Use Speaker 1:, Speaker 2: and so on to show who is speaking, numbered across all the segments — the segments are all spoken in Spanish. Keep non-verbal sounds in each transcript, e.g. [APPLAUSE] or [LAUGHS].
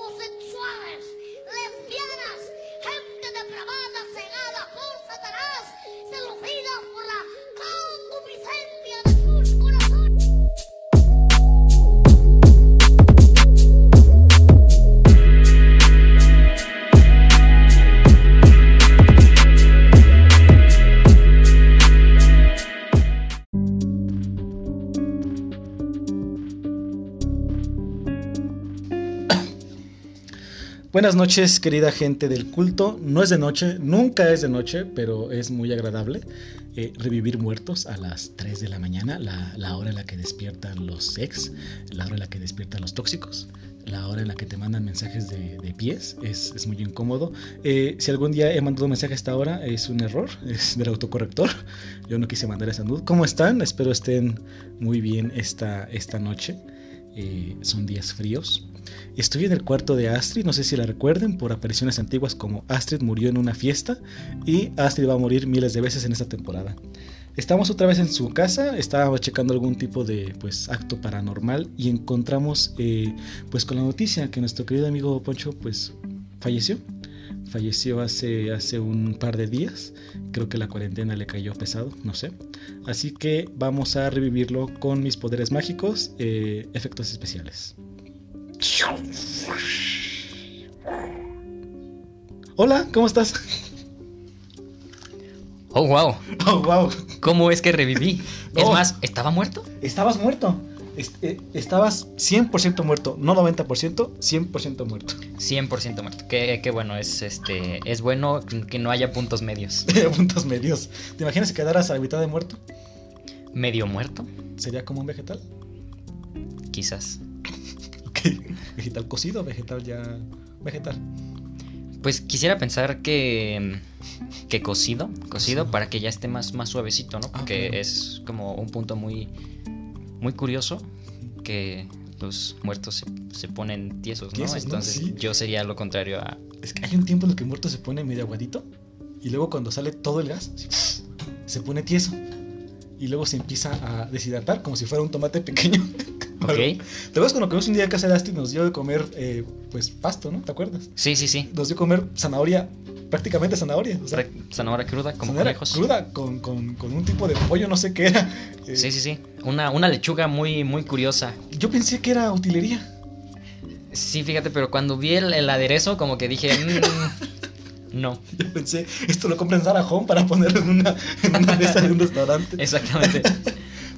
Speaker 1: homosexuales, lesbianas, gente depravada, cegada por Satanás, seducida por la concupiscencia de sus corazones.
Speaker 2: Buenas noches, querida gente del culto. No es de noche, nunca es de noche, pero es muy agradable eh, revivir muertos a las 3 de la mañana, la, la hora en la que despiertan los ex, la hora en la que despiertan los tóxicos, la hora en la que te mandan mensajes de, de pies. Es, es muy incómodo. Eh, si algún día he mandado un mensaje a esta hora, es un error, [LAUGHS] es del autocorrector. Yo no quise mandar esa nud. ¿Cómo están? Espero estén muy bien esta, esta noche. Eh, son días fríos. Estoy en el cuarto de Astrid, no sé si la recuerden, por apariciones antiguas como Astrid murió en una fiesta y Astrid va a morir miles de veces en esta temporada. Estamos otra vez en su casa, estábamos checando algún tipo de pues, acto paranormal y encontramos eh, pues con la noticia que nuestro querido amigo Poncho pues falleció. Falleció hace, hace un par de días, creo que la cuarentena le cayó pesado, no sé. Así que vamos a revivirlo con mis poderes mágicos, eh, efectos especiales. Hola, ¿cómo estás?
Speaker 3: Oh, wow.
Speaker 2: [LAUGHS] Oh, wow.
Speaker 3: ¿Cómo es
Speaker 2: [LAUGHS]
Speaker 3: que reviví? Es
Speaker 2: No.
Speaker 3: más, ¿estaba muerto?
Speaker 2: Estabas muerto. Est- eh, Estabas 100% muerto, no 90%, 100% muerto. [LAUGHS]
Speaker 3: 100% muerto. Qué, qué bueno, es este es bueno que no haya puntos medios.
Speaker 2: Puntos medios. ¿Te imaginas que quedaras a la mitad de muerto?
Speaker 3: ¿Medio muerto?
Speaker 2: ¿Sería como un vegetal? [LAUGHS]
Speaker 3: Quizás.
Speaker 2: Ok. Vegetal cocido, vegetal ya. Vegetal.
Speaker 3: Pues quisiera pensar que que cocido, cocido
Speaker 2: Cocido.
Speaker 3: para que ya esté más más suavecito, ¿no?
Speaker 2: Ah,
Speaker 3: Porque
Speaker 2: claro.
Speaker 3: es como un punto muy muy curioso que los muertos se, se ponen tiesos, ¿no?
Speaker 2: Tiesos, ¿no?
Speaker 3: Entonces,
Speaker 2: Sí.
Speaker 3: yo sería lo
Speaker 2: [LAUGHS]
Speaker 3: contrario a
Speaker 2: Es que hay un tiempo en el que el muerto se pone medio aguadito. Y luego cuando sale todo el gas, así, [SNIFFS] se pone tieso. Y luego se empieza a deshidratar como si fuera un tomate pequeño. [LAUGHS]
Speaker 3: ¿Ok?
Speaker 2: ¿Te acuerdas cuando comimos un día en casa de Asti nos dio de comer eh, pues pasto, ¿no? ¿Te acuerdas?
Speaker 3: Sí, sí, sí.
Speaker 2: Nos dio comer zanahoria, prácticamente zanahoria. O sea,
Speaker 3: Re- Zanahoria cruda como
Speaker 2: zanahoria
Speaker 3: conejos.
Speaker 2: cruda con, con- con un tipo de pollo, no sé qué era. Eh,
Speaker 3: Sí, sí, sí. Una, una lechuga muy, muy curiosa.
Speaker 2: Yo pensé que era utilería.
Speaker 3: Sí, fíjate, pero cuando vi el, el aderezo, como que dije,
Speaker 2: [LAUGHS]
Speaker 3: "Mm, no,
Speaker 2: [LAUGHS] Yo pensé, esto lo compran en Zara Home para ponerlo en una, en una mesa de un
Speaker 3: [LAUGHS]
Speaker 2: restaurante.
Speaker 3: exactamente.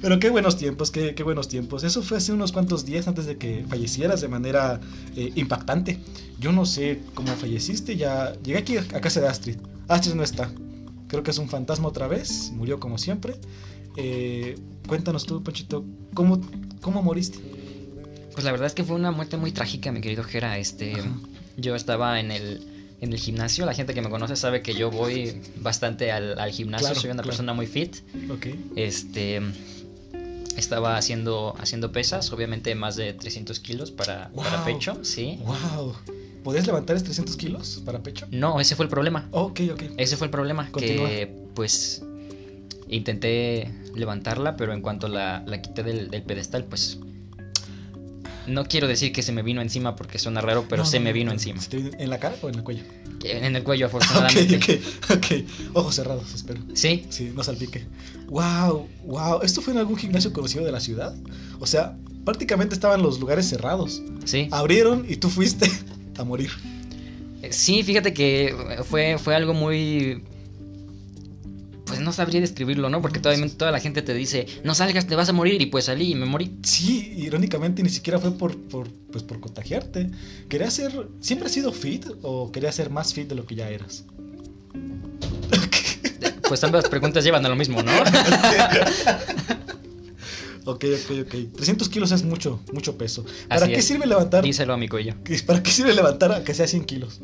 Speaker 2: Pero qué buenos tiempos, qué, qué buenos tiempos. Eso fue hace unos cuantos días antes de que fallecieras de manera eh, impactante. Yo no sé cómo falleciste, ya llegué aquí a casa de Astrid. Astrid no está. Creo que es un fantasma otra vez, murió como siempre. Eh, cuéntanos tú, Panchito, ¿cómo, cómo moriste?
Speaker 3: Pues la verdad es que fue una muerte muy trágica, mi querido Jera. Este,
Speaker 2: Ajá.
Speaker 3: yo estaba en el, en el gimnasio. La gente que me conoce sabe que yo voy bastante al, al gimnasio.
Speaker 2: Claro,
Speaker 3: Soy una
Speaker 2: claro.
Speaker 3: persona muy fit.
Speaker 2: Ok.
Speaker 3: Este, estaba haciendo, haciendo pesas, obviamente más de 300 kilos para, para
Speaker 2: Wow.
Speaker 3: pecho, sí.
Speaker 2: ¡Wow! ¿Podías levantar esos 300 kilos para pecho?
Speaker 3: No, ese fue el problema.
Speaker 2: Ok, ok.
Speaker 3: Ese fue el problema, que
Speaker 2: Continúa.
Speaker 3: pues intenté levantarla, pero en cuanto la, la quité del, del pedestal, pues no quiero decir que se me vino encima porque suena raro, pero
Speaker 2: No,
Speaker 3: se
Speaker 2: no,
Speaker 3: me
Speaker 2: no,
Speaker 3: vino
Speaker 2: no.
Speaker 3: encima.
Speaker 2: ¿Se te vino ¿En la cara o en el cuello?
Speaker 3: En el cuello,
Speaker 2: Ok,
Speaker 3: afortunadamente.
Speaker 2: ok, ok. Ojos cerrados, espero.
Speaker 3: Sí,
Speaker 2: Sí, no salpique. Wow, wow. ¿Esto fue en algún gimnasio conocido de la ciudad? O sea, prácticamente estaban los lugares cerrados.
Speaker 3: sí.
Speaker 2: Abrieron y tú fuiste [LAUGHS] a morir.
Speaker 3: Sí, fíjate que fue, fue algo muy... Pues no sabría describirlo, ¿no? Porque todavía toda la gente te dice, no salgas, te vas a morir, y pues salí y me morí.
Speaker 2: Sí, irónicamente ni siquiera fue por, por, pues, por contagiarte. ¿Querías ser. ¿Siempre has sido fit o querías ser más fit de lo que ya eras?
Speaker 3: Pues ambas preguntas llevan a lo mismo, ¿no?
Speaker 2: [LAUGHS] Ok, ok, ok. 300 kilos es mucho, mucho peso. ¿Para
Speaker 3: Así
Speaker 2: qué
Speaker 3: es.
Speaker 2: sirve levantar?
Speaker 3: Díselo a mi cuello.
Speaker 2: ¿Para qué sirve levantar a que sea 100 kilos?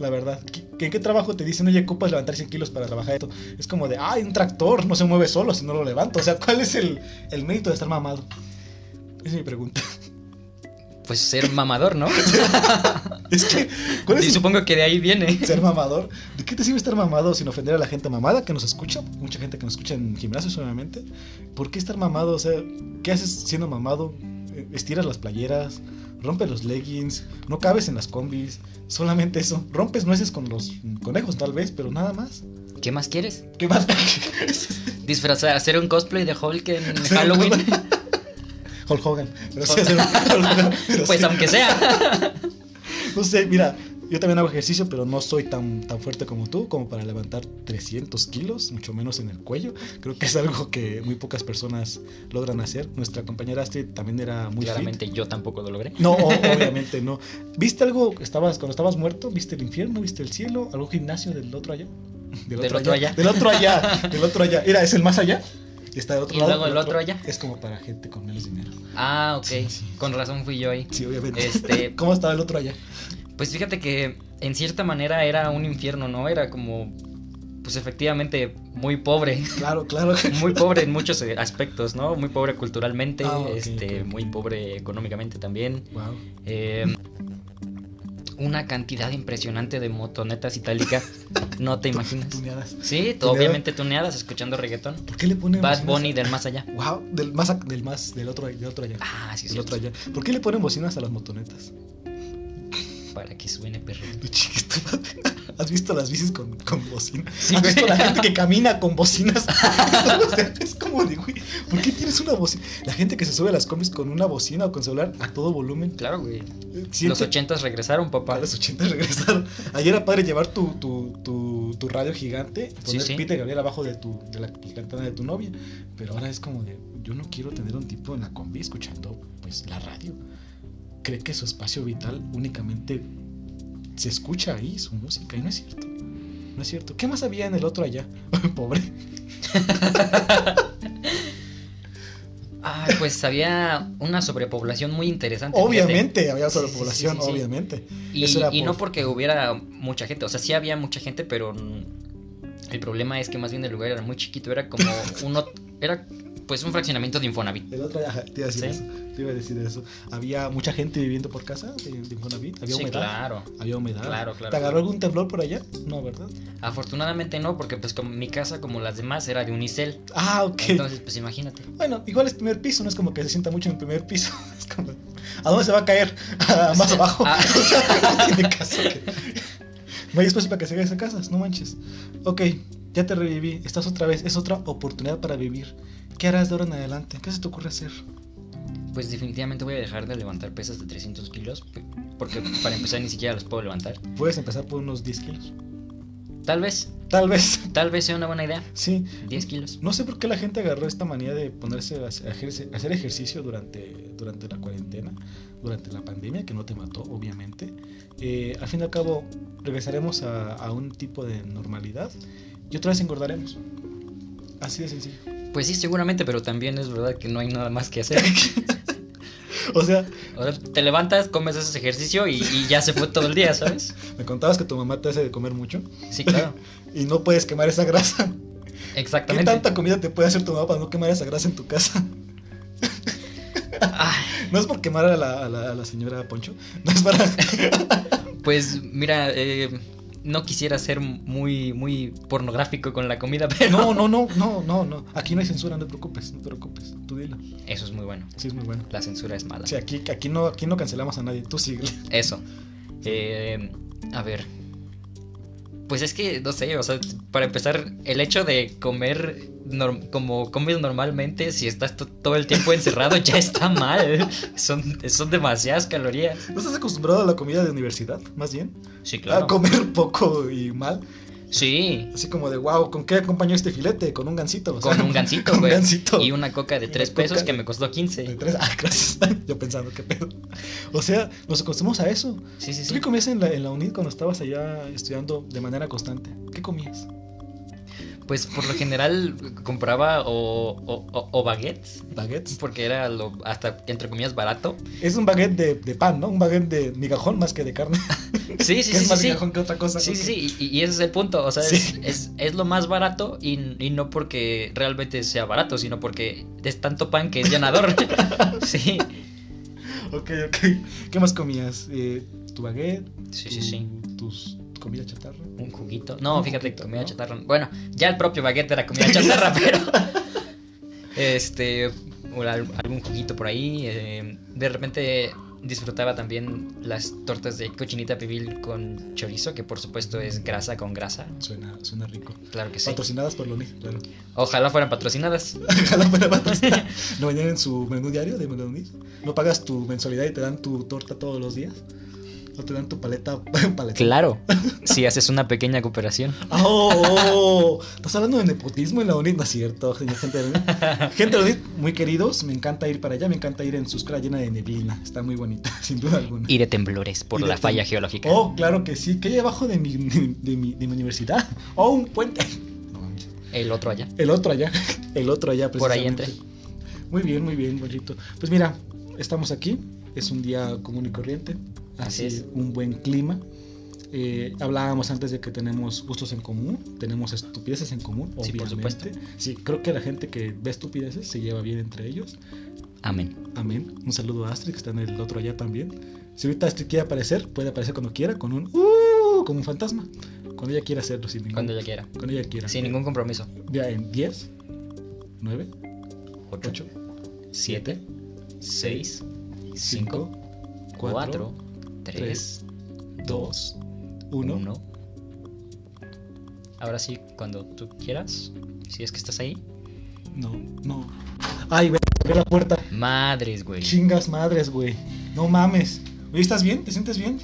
Speaker 2: La verdad. ¿Qué- ¿En qué trabajo te dicen, oye, ocupas levantar 100 kilos para trabajar esto? Es como de, ay, un tractor no se mueve solo si no lo levanto. O sea, ¿cuál es el, el mérito de estar mamado? Esa es mi pregunta. [LAUGHS]
Speaker 3: Pues ser mamador, ¿no?
Speaker 2: Es que, ¿cuál es
Speaker 3: Y
Speaker 2: el-
Speaker 3: supongo que de ahí viene.
Speaker 2: [LAUGHS] ser mamador? ¿De qué te sirve estar mamado sin ofender a la gente mamada que nos escucha? Mucha gente que nos escucha en gimnasios, obviamente. ¿Por qué estar mamado? O sea, ¿qué haces siendo mamado? Eh, ¿Estiras las playeras? rompe los leggings, no cabes en las combis, solamente eso. Rompes nueces con los conejos tal vez, pero nada más.
Speaker 3: ¿Qué más quieres?
Speaker 2: ¿Qué más? [LAUGHS]
Speaker 3: Disfrazar, hacer un cosplay de
Speaker 2: [LAUGHS]
Speaker 3: Hulk en Halloween.
Speaker 2: Hulk Hogan. Pero
Speaker 3: [LAUGHS]
Speaker 2: sí, hacer un- Hulk Hogan, pero
Speaker 3: Pues
Speaker 2: sí.
Speaker 3: aunque sea.
Speaker 2: [LAUGHS] No sé, mira, yo también hago ejercicio, pero no soy tan, tan fuerte como tú, como para levantar 300 kilos, mucho menos en el cuello. Creo que es algo que muy pocas personas logran hacer. Nuestra compañera Astrid también era muy fit.
Speaker 3: Claramente yo tampoco lo logré.
Speaker 2: No,
Speaker 3: [LAUGHS]
Speaker 2: o- obviamente no. ¿Viste algo? Estabas, cuando estabas muerto, ¿viste el infierno? ¿Viste el cielo? ¿Algún gimnasio del otro allá?
Speaker 3: Del otro allá.
Speaker 2: Del otro allá. Del otro allá. Mira, es el más allá. y Está del otro
Speaker 3: Y
Speaker 2: lado.
Speaker 3: luego el otro allá.
Speaker 2: Es como para gente con menos dinero.
Speaker 3: Ah, ok.
Speaker 2: Sí, sí.
Speaker 3: Con razón fui yo ahí.
Speaker 2: Sí, obviamente. [LAUGHS]
Speaker 3: Este-
Speaker 2: ¿Cómo estaba el otro allá?
Speaker 3: Pues fíjate que en cierta manera era un infierno, ¿no? Era como, pues efectivamente, muy pobre. [LAUGHS]
Speaker 2: Claro, claro.
Speaker 3: Muy pobre en muchos eh, aspectos, ¿no? Muy pobre culturalmente,
Speaker 2: Ah, ok,
Speaker 3: este,
Speaker 2: ok, ok.
Speaker 3: muy pobre económicamente también.
Speaker 2: Wow.
Speaker 3: Eh, una cantidad impresionante de
Speaker 2: [LAUGHS]
Speaker 3: motonetas itálicas, no te imaginas.
Speaker 2: Tuneadas.
Speaker 3: Sí, tú
Speaker 2: Tuneadas.
Speaker 3: obviamente tuneadas, escuchando reggaetón.
Speaker 2: ¿Por qué le ponen
Speaker 3: Bad
Speaker 2: bocinas?
Speaker 3: Bunny del más allá.
Speaker 2: Wow, del más, ac- del más, del otro, del otro allá.
Speaker 3: Ah, sí,
Speaker 2: del
Speaker 3: sí.
Speaker 2: otro allá. ¿Por qué le ponen bocinas a las motonetas?
Speaker 3: Para que suene perro.
Speaker 2: No chingues tu madre. [LAUGHS] ¿Has visto las bicis con, con bocina?
Speaker 3: Sí,
Speaker 2: ¿Has
Speaker 3: güey.
Speaker 2: visto la gente
Speaker 3: [LAUGHS]
Speaker 2: que camina con bocinas? [LAUGHS] O sea, es como de, güey, ¿por qué tienes una bocina? La gente que se sube a las combis con una bocina o con celular a todo volumen.
Speaker 3: Claro, güey.
Speaker 2: Siente-
Speaker 3: Los ochentas regresaron,
Speaker 2: Para
Speaker 3: papá.
Speaker 2: los 80 regresaron. [LAUGHS] Ayer era padre llevar tu, tu, tu, tu radio gigante, poner
Speaker 3: sí.
Speaker 2: Peter Gabriel abajo de, tu, de la ventana de tu novia. Pero ahora es como de, yo no quiero tener un tipo en la combi escuchando pues la radio. Cree que su espacio vital únicamente se escucha ahí, su música, y no es cierto. No es cierto. ¿Qué más había en el otro allá? [LAUGHS] Pobre.
Speaker 3: Ah, pues había una sobrepoblación muy interesante. fíjate.
Speaker 2: Obviamente había
Speaker 3: Sí, sí, sí,
Speaker 2: sobrepoblación,
Speaker 3: sí, sí.
Speaker 2: obviamente.
Speaker 3: Y,
Speaker 2: Eso era
Speaker 3: y
Speaker 2: por-
Speaker 3: no porque hubiera mucha gente, o sea, sí había mucha gente, pero mm, el problema es que más bien el lugar era muy chiquito,
Speaker 2: [LAUGHS]
Speaker 3: era como uno, era pues un fraccionamiento de Infonavit.
Speaker 2: El otro allá, te iba a decir
Speaker 3: Sí.
Speaker 2: eso. Te iba a decir eso. Había mucha gente viviendo por casa de, de Infonavit, había
Speaker 3: sí,
Speaker 2: humedad.
Speaker 3: claro.
Speaker 2: Había humedad.
Speaker 3: Claro, claro.
Speaker 2: ¿Te agarró algún temblor por allá? No, ¿verdad?
Speaker 3: Afortunadamente no, porque pues como mi casa, como las demás, era de unicel.
Speaker 2: Ah, ok.
Speaker 3: Entonces, pues imagínate.
Speaker 2: Bueno, igual es primer piso, no es como que se sienta mucho en el primer piso. [LAUGHS] Es como, ¿a dónde se va a caer? [LAUGHS] Ah, Más abajo.
Speaker 3: Ah.
Speaker 2: [LAUGHS] O sea, no tiene caso que- No hay espacio para que se caigan esas casas, no manches. Ok, ya te reviví, estás otra vez, es otra oportunidad para vivir. ¿Qué harás de ahora en adelante? ¿Qué se te ocurre hacer?
Speaker 3: Pues definitivamente voy a dejar de levantar pesas de 300 kilos, p- porque para empezar ni siquiera los puedo levantar.
Speaker 2: Puedes empezar por unos 10 kilos.
Speaker 3: Tal vez,
Speaker 2: Tal vez, [LAUGHS]
Speaker 3: tal vez sea una buena idea.
Speaker 2: sí.
Speaker 3: 10 kilos.
Speaker 2: No sé por qué la gente agarró esta manía de ponerse a hacer ejerci- hacer ejercicio durante, durante la cuarentena, durante la pandemia, que no te mató, obviamente. Eh, al fin y al cabo, regresaremos a, a un tipo de normalidad y otra vez engordaremos. Así de sencillo. [LAUGHS]
Speaker 3: Pues sí, seguramente, pero también es verdad que no hay nada más
Speaker 2: [LAUGHS]
Speaker 3: que hacer.
Speaker 2: O sea,
Speaker 3: Ahora te levantas, comes ese ejercicio y, y ya se fue todo el día, ¿sabes?
Speaker 2: me contabas que tu mamá te hace de comer mucho
Speaker 3: Sí, claro.
Speaker 2: y no puedes quemar esa grasa. ¿Qué
Speaker 3: Exactamente.
Speaker 2: tanta comida te puede hacer tu mamá para no quemar esa grasa en tu casa?
Speaker 3: [LAUGHS] Ay,
Speaker 2: [LAUGHS] No es por quemar a la, a la- a la señora Poncho, no es para...
Speaker 3: pues mira, eh, no quisiera ser muy, muy pornográfico con la comida, [LAUGHS]
Speaker 2: [LAUGHS]
Speaker 3: pero
Speaker 2: No, no, no, no, no, no. Aquí no hay censura, no te preocupes, no te preocupes. Tú dilo.
Speaker 3: eso es muy bueno.
Speaker 2: Sí, es muy bueno.
Speaker 3: La censura es mala.
Speaker 2: Sí, aquí, aquí, no, aquí no cancelamos a nadie. Tú sigue.
Speaker 3: Eso. Eh, a ver. Pues es que, no sé, o sea, para empezar, el hecho de comer norm- como comes normalmente, si estás to- todo el tiempo encerrado, ya está mal. [LAUGHS] Son, son demasiadas calorías.
Speaker 2: ¿No [LAUGHS] estás acostumbrado a la comida de universidad, más bien?
Speaker 3: Sí,
Speaker 2: A comer [LAUGHS] poco y mal.
Speaker 3: Sí,
Speaker 2: Así como de, wow, ¿con qué acompaño este filete? Con un gansito. o sea,
Speaker 3: con un
Speaker 2: [LAUGHS]
Speaker 3: gancito,
Speaker 2: Con un
Speaker 3: güey.
Speaker 2: gansito.
Speaker 3: Y una coca de
Speaker 2: Una
Speaker 3: 3 pesos
Speaker 2: coca
Speaker 3: que
Speaker 2: de-
Speaker 3: me costó
Speaker 2: De
Speaker 3: 15.
Speaker 2: tres. Ah, gracias. [LAUGHS] Yo pensando, qué pedo. O sea, nos acostumbramos a eso.
Speaker 3: Sí, sí,
Speaker 2: ¿Tú qué
Speaker 3: sí.
Speaker 2: comías en la, en la UNID cuando estabas allá estudiando de manera constante? ¿Qué comías?
Speaker 3: Pues por lo general compraba o, o- o- o baguettes,
Speaker 2: ¿Baguettes?
Speaker 3: porque era lo hasta entre comillas barato.
Speaker 2: Es un baguette de, de pan, ¿no? Un baguette de migajón más que de carne.
Speaker 3: Sí, sí,
Speaker 2: que
Speaker 3: sí,
Speaker 2: es más
Speaker 3: sí. sí.
Speaker 2: migajón que otra cosa.
Speaker 3: Sí,
Speaker 2: ¿no?
Speaker 3: sí,
Speaker 2: Que-
Speaker 3: sí, y, y ese es el punto, o sea,
Speaker 2: Sí.
Speaker 3: es, es, es lo más barato y, y no porque realmente sea barato, sino porque es tanto pan que
Speaker 2: [LAUGHS]
Speaker 3: es llenador. sí,
Speaker 2: Ok, ok. ¿Qué más comías? Eh, ¿Tu baguette? tu-
Speaker 3: sí, sí, sí.
Speaker 2: Tus, ¿Tu comida chatarra?
Speaker 3: Un juguito. No,
Speaker 2: Un
Speaker 3: fíjate,
Speaker 2: juguito,
Speaker 3: comida
Speaker 2: ¿no?
Speaker 3: chatarra. Bueno, ya el propio baguette era comida chatarra,
Speaker 2: [LAUGHS]
Speaker 3: pero. Este. o al- algún juguito por ahí. eh, de repente disfrutaba también las tortas de cochinita pibil con chorizo, que por supuesto es grasa con grasa.
Speaker 2: Suena, suena rico.
Speaker 3: Claro que sí.
Speaker 2: Patrocinadas por Loni, claro. [LAUGHS]
Speaker 3: Ojalá fueran patrocinadas.
Speaker 2: Ojalá fuera patrocinada. ¿No venían en su menú diario de Loni? ¿No pagas tu mensualidad y te dan tu torta todos los días? ¿O te dan tu paleta? [LAUGHS] paleta?
Speaker 3: [LAUGHS] Claro, si haces una pequeña cooperación.
Speaker 2: ¡Oh! Estás hablando de nepotismo en la UNIT, no es cierto, señor gente de la UNIT. Gente de la UNIT, muy queridos, me encanta ir para allá, me encanta ir en su escuela llena de neblina, está muy bonita, [LAUGHS] sin duda alguna.
Speaker 3: Y de temblores por
Speaker 2: Y de
Speaker 3: la falla
Speaker 2: tem-
Speaker 3: geológica.
Speaker 2: Oh, claro que sí, que hay abajo de mi, de mi, de mi universidad. Oh, un puente. No manches.
Speaker 3: El otro allá.
Speaker 2: El otro allá, [LAUGHS] el otro allá.
Speaker 3: Por ahí
Speaker 2: precisamente. Muy bien, muy bien, bonito. Pues mira, estamos aquí, es un día común y corriente,
Speaker 3: Así
Speaker 2: así
Speaker 3: es.
Speaker 2: un buen clima. Eh, hablábamos antes de que tenemos gustos en común, tenemos estupideces en común,
Speaker 3: Sí,
Speaker 2: obviamente.
Speaker 3: por supuesto.
Speaker 2: Sí, creo que la gente que ve estupideces se lleva bien entre ellos.
Speaker 3: Amén.
Speaker 2: Amén. Un saludo a Astrid, que está en el otro allá también. Si ahorita Astrid quiere aparecer, puede aparecer cuando quiera, con un uh, como un fantasma. Cuando ella quiera hacerlo, sin ningún,
Speaker 3: Cuando ella quiera.
Speaker 2: cuando ella quiera.
Speaker 3: Sin ningún compromiso.
Speaker 2: Ya en 10, 9,
Speaker 3: Ocho,
Speaker 2: 8,
Speaker 3: 7, 6, 5, 4,
Speaker 2: 4,
Speaker 3: 3,
Speaker 2: 2, 1.
Speaker 3: 1. Ahora sí, cuando tú quieras, si es que estás ahí.
Speaker 2: No, no. Ay, güey, abrió la puerta.
Speaker 3: Madres, güey.
Speaker 2: Chingas madres, güey. No mames. Oye, ¿estás bien? ¿Te sientes bien?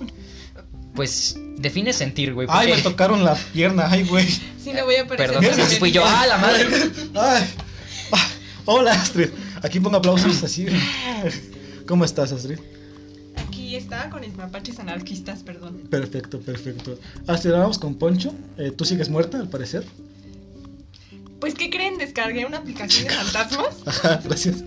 Speaker 3: Pues define sentir, güey.
Speaker 2: Ay, me
Speaker 3: porque-
Speaker 2: tocaron la pierna. Ay, güey.
Speaker 4: Sí me voy a aparecer.
Speaker 3: [LAUGHS] Perdón,
Speaker 4: pero
Speaker 3: sí,
Speaker 4: me
Speaker 3: fui yo.
Speaker 4: dice-
Speaker 3: ¡Ah, la madre! [LAUGHS]
Speaker 2: Ay. Ah, Hola, Astrid. Aquí pongo aplausos así. ¿Cómo estás, Astrid?
Speaker 3: Ah,
Speaker 4: Aquí estaba con mis mapaches anarquistas, perdón.
Speaker 2: Perfecto, perfecto. Astrid, ahora vamos con Poncho. Eh, Tú sigues muerta, al parecer.
Speaker 4: Pues, ¿qué creen? Descargué una aplicación de fantasmas
Speaker 2: Ajá, gracias.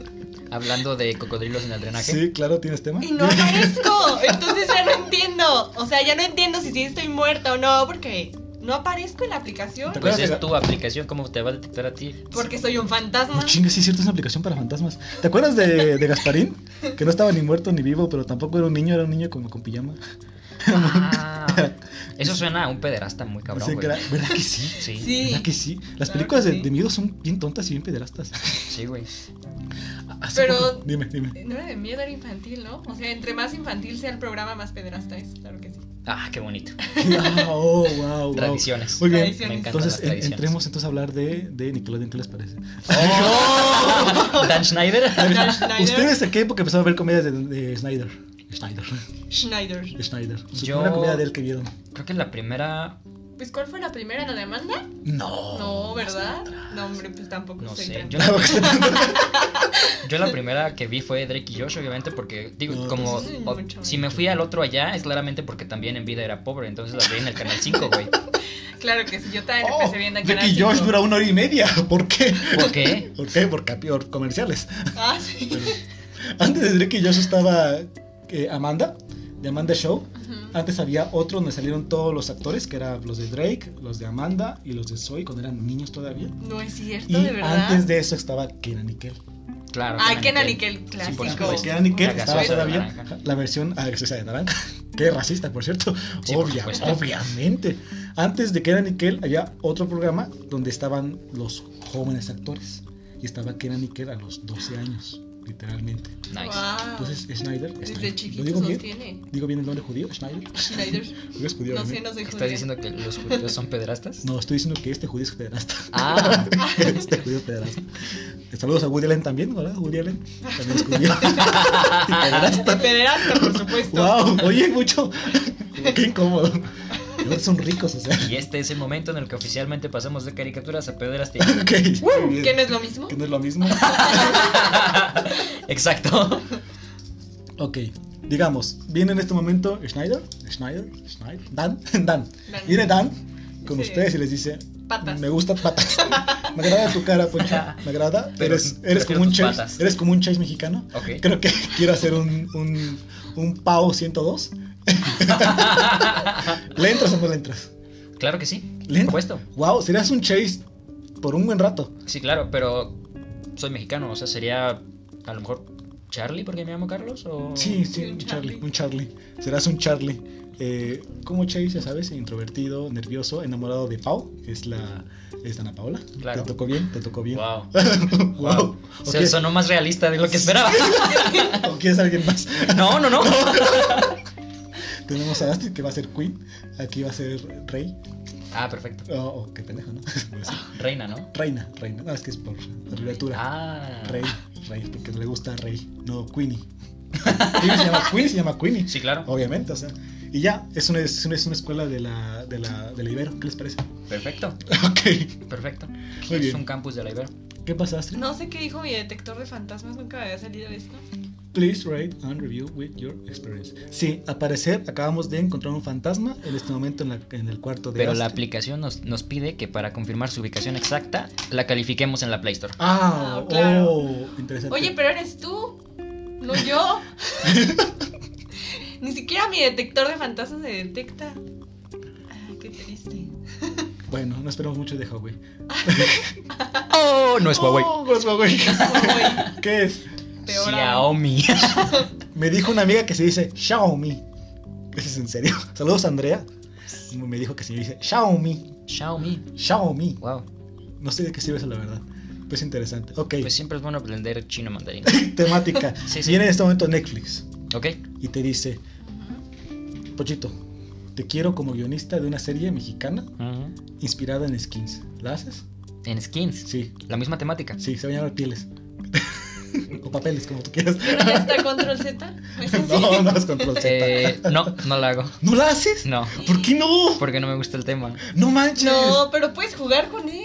Speaker 3: Hablando de cocodrilos en el drenaje. pues,
Speaker 2: Sí, claro, ¿tienes tema?
Speaker 4: y
Speaker 2: [LAUGHS]
Speaker 4: no aparezco. Entonces ya no entiendo. O sea, ya no entiendo si sí estoy muerta o no, porque no aparezco en la aplicación.
Speaker 2: ¿Te acuerdas?
Speaker 3: Pues es tu aplicación, ¿cómo te va a detectar a ti?
Speaker 4: Porque soy un
Speaker 2: No
Speaker 4: fantasma.
Speaker 2: chingas, Oh, sí es cierto, es una aplicación para fantasmas. ¿Te acuerdas de, de Gasparín? Que no estaba ni muerto ni vivo, pero tampoco era un niño, era un niño como con pijama.
Speaker 3: Ah, [LAUGHS] eso suena a un pederasta muy
Speaker 2: O
Speaker 3: cabrón,
Speaker 2: sea, que
Speaker 3: güey.
Speaker 2: era- ¿Verdad que sí?
Speaker 3: Sí, sí,
Speaker 4: Sí.
Speaker 2: ¿Verdad que sí? Las
Speaker 4: Claro
Speaker 2: películas
Speaker 4: que
Speaker 2: de,
Speaker 4: sí.
Speaker 2: de miedo son bien tontas y bien pederastas. [LAUGHS]
Speaker 3: güey.
Speaker 2: Hace
Speaker 4: Pero-
Speaker 2: poco- Dime, dime. [LAUGHS]
Speaker 4: No era de miedo, era infantil, ¿no? O sea, entre más infantil sea el programa, más pederasta es, claro que sí.
Speaker 3: Ah, qué bonito.
Speaker 2: Oh, wow, wow.
Speaker 3: Tradiciones.
Speaker 2: Muy bien.
Speaker 4: Tradiciones.
Speaker 3: Me
Speaker 2: Entonces,
Speaker 3: encantan las
Speaker 2: en-
Speaker 3: tradiciones.
Speaker 2: entremos entonces a hablar de, de Nickelodeon, ¿qué les
Speaker 4: [LAUGHS]
Speaker 2: parece? [LAUGHS]
Speaker 3: ¡Oh! Dan Schneider.
Speaker 4: Dan Schneider.
Speaker 2: ¿Ustedes a qué época empezaron a ver comedias de, de Snyder? Schneider. [LAUGHS]
Speaker 4: Schneider.
Speaker 2: Schneider. Su
Speaker 3: Yo-
Speaker 2: primera comedia de él que vieron.
Speaker 3: Creo que la primera.
Speaker 4: Pues, ¿cuál fue la primera? ¿La de Amanda?
Speaker 2: No. [LAUGHS]
Speaker 4: No, ¿verdad? No, hombre, pues tampoco
Speaker 3: Oh, No
Speaker 4: soy
Speaker 3: sé,
Speaker 4: tan-
Speaker 3: yo Yo la primera que vi fue Drake y Josh, obviamente, porque, digo,
Speaker 2: No,
Speaker 3: como.
Speaker 4: pues, sí,
Speaker 3: o-
Speaker 4: mucho,
Speaker 3: si me fui al otro allá, es claramente porque también en vida era pobre. Entonces la vi en el canal 5, güey.
Speaker 4: [LAUGHS] Claro que sí, yo también
Speaker 2: Oh,
Speaker 4: empecé viendo en
Speaker 2: Drake y
Speaker 4: Canal
Speaker 2: Josh
Speaker 4: cinco.
Speaker 2: dura una hora y media. [LAUGHS] ¿Por qué?
Speaker 3: ¿Por qué?
Speaker 2: ¿Por qué? Por, capi- por comerciales.
Speaker 4: Ah, sí.
Speaker 2: Antes de Drake y Josh estaba eh, Amanda, de Amanda Show.
Speaker 4: Ujú.
Speaker 2: Antes había otro donde salieron todos los actores, que eran los de Drake, los de Amanda y los de Zoe cuando eran niños todavía.
Speaker 4: No es cierto,
Speaker 2: Y
Speaker 4: de verdad.
Speaker 2: antes de eso estaba Kenan y Kel.
Speaker 3: Claro.
Speaker 4: Ay,
Speaker 3: Kenan
Speaker 4: que
Speaker 3: y Kel.
Speaker 4: Nickel,
Speaker 3: Sí, por
Speaker 4: clásico.
Speaker 3: supuesto.
Speaker 2: Kenan y Kel
Speaker 3: Una
Speaker 2: estaba
Speaker 3: gaseosa de
Speaker 2: todavía
Speaker 3: naranja.
Speaker 2: la versión agresiva de naranja. [LAUGHS] Qué racista, por cierto.
Speaker 3: Sí, por
Speaker 2: Obvia,
Speaker 3: supuesto.
Speaker 2: obviamente. Antes de Kenan y Kel había otro programa donde estaban los jóvenes actores. Y estaba Kenan y Kel a los 12 años, literalmente.
Speaker 3: Nice.
Speaker 4: Wow.
Speaker 2: Entonces, Schneider.
Speaker 4: Ah, Desde
Speaker 2: Schneider.
Speaker 4: chiquitos
Speaker 2: digo
Speaker 4: los
Speaker 2: bien?
Speaker 4: tiene.
Speaker 2: ¿Digo bien el nombre judío? Schneider.
Speaker 4: Schneider.
Speaker 2: Yo es judío,
Speaker 4: No
Speaker 2: ¿no?
Speaker 4: sé, no soy judía.
Speaker 3: ¿Estás diciendo que los judíos son pederastas?
Speaker 2: No, estoy diciendo que este judío es pederasta.
Speaker 3: Ah.
Speaker 2: [LAUGHS] este judío es pederasta. Saludos a Woody Allen también, ¿verdad? Woody Allen también es judío.
Speaker 4: [LAUGHS]
Speaker 2: Y pederasta.
Speaker 4: Pederasta, por supuesto.
Speaker 2: [LAUGHS] Wow, oye, mucho. Qué incómodo. No, son ricos, o sea.
Speaker 3: Y este es el momento en el que oficialmente pasamos de caricaturas a pederastia. [LAUGHS]
Speaker 2: Ok. muy bien.
Speaker 4: ¿Que no es lo mismo?
Speaker 2: Que no es lo
Speaker 4: [LAUGHS]
Speaker 2: mismo.
Speaker 3: Exacto.
Speaker 2: Ok, digamos, viene en este momento Schneider, Schneider, Schneider, Dan, [LAUGHS] Dan. Viene Dan con
Speaker 4: Sí.
Speaker 2: ustedes y les dice:
Speaker 4: Patas.
Speaker 2: Me gustan
Speaker 4: [LAUGHS]
Speaker 2: patas. Me agrada tu cara, Poncho. Me agrada.
Speaker 3: Pero
Speaker 2: eres, eres,
Speaker 3: prefiero
Speaker 2: como un
Speaker 3: tus
Speaker 2: chase,
Speaker 3: patas.
Speaker 2: eres como un chase mexicano.
Speaker 3: Ok.
Speaker 2: Creo que [LAUGHS] quiero hacer un, un, un Pau
Speaker 3: [LAUGHS]
Speaker 2: 102. ¿Le entras o no le entras?
Speaker 3: Claro que sí.
Speaker 2: ¿Le
Speaker 3: Por
Speaker 2: entras?
Speaker 3: supuesto.
Speaker 2: Wow, serías un chase por un buen rato.
Speaker 3: Sí, claro, pero soy mexicano, o sea, sería a lo mejor Charlie, porque me llamo Carlos, o...
Speaker 2: Sí, sí,
Speaker 4: un
Speaker 2: un Charlie, un Charlie. Serás un Charlie. Eh, como Chase, ya sabes, introvertido, nervioso, enamorado de Pau, que es la es Ana Paola.
Speaker 3: Claro.
Speaker 2: Te tocó bien, te tocó bien. [LAUGHS]
Speaker 3: [LAUGHS] Wow.
Speaker 2: Wow.
Speaker 3: Wow.
Speaker 2: ¿O,
Speaker 3: O sea,
Speaker 2: quieres, [LAUGHS]
Speaker 3: sonó más realista de lo que [LAUGHS] esperaba.
Speaker 2: o quieres alguien más?
Speaker 3: No, no, no.
Speaker 2: Tenemos a Dustin que va a ser Queen, aquí va a ser Rey.
Speaker 3: Ah, perfecto.
Speaker 2: Oh, oh, qué pendejo, ¿no? [LAUGHS] Pues,
Speaker 3: Reina, ¿no?
Speaker 2: reina, reina. No, es que es por abreviatura.
Speaker 3: Ah.
Speaker 2: Rey, Rey, porque no le gusta Rey, no Queenie. [LAUGHS] Queenie se llama Queen, se llama Queenie.
Speaker 3: Sí, claro.
Speaker 2: Obviamente, o sea. Y ya, es una, es una, es una escuela de la, de, la, de la Ibero, ¿qué les
Speaker 3: [LAUGHS]
Speaker 2: parece?
Speaker 3: Perfecto.
Speaker 2: ok,
Speaker 3: Perfecto.
Speaker 2: muy
Speaker 3: Es un
Speaker 2: bien.
Speaker 3: campus de la Ibero.
Speaker 2: ¿Qué pasa, Astrid?
Speaker 4: No sé qué dijo mi detector de fantasmas, nunca me había salido esto.
Speaker 2: Please rate and review with your experience. Sí, al parecer acabamos de encontrar un fantasma en este momento en, la- en el cuarto de
Speaker 3: Pero la
Speaker 2: Astrid.
Speaker 3: aplicación nos, nos pide que para confirmar su ubicación exacta, la califiquemos en la Play Store.
Speaker 2: Ah,
Speaker 4: Ah, claro.
Speaker 2: oh, interesante.
Speaker 4: Oye, pero eres tú, no yo. [LAUGHS] Ni siquiera mi detector de fantasmas se detecta. Ah, qué triste.
Speaker 2: Bueno, no esperamos mucho de Huawei.
Speaker 3: ¡Oh! No es Huawei.
Speaker 2: Oh, no es Huawei.
Speaker 4: Ay,
Speaker 2: [LAUGHS] ¿Qué es?
Speaker 4: peor aún.
Speaker 3: Xiaomi.
Speaker 2: Me dijo una amiga que se dice Xiaomi. ¿Eso es en serio? [LAUGHS] Saludos, Andrea. Me dijo que se dice Xiaomi.
Speaker 3: [LAUGHS] Xiaomi.
Speaker 2: Xiaomi.
Speaker 3: Wow.
Speaker 2: No sé de qué sirve eso, la verdad. Pues interesante. Ok,
Speaker 3: Pues siempre es bueno aprender
Speaker 2: [LAUGHS]
Speaker 3: chino mandarín.
Speaker 2: temática.
Speaker 3: [LAUGHS] Sí, sí.
Speaker 2: Viene en este momento Netflix
Speaker 3: ¿Ok?
Speaker 2: y te dice: Pochito, te quiero como guionista de una serie mexicana inspirada en skins. ¿La haces?
Speaker 3: En skins.
Speaker 2: Sí,
Speaker 3: La misma temática.
Speaker 2: sí, se va a llamar pieles. [LAUGHS] o papeles, como tú
Speaker 3: [LAUGHS]
Speaker 2: quieras.
Speaker 4: ¿Que no ya está control [LAUGHS] Z? ¿Es así?
Speaker 2: [LAUGHS] No, no es control Z.
Speaker 3: Eh, no, no la hago.
Speaker 2: ¿No la haces?
Speaker 3: No.
Speaker 2: ¿Por qué no?
Speaker 3: Porque no me gusta el tema.
Speaker 2: No manches.
Speaker 4: No, pero puedes jugar con él.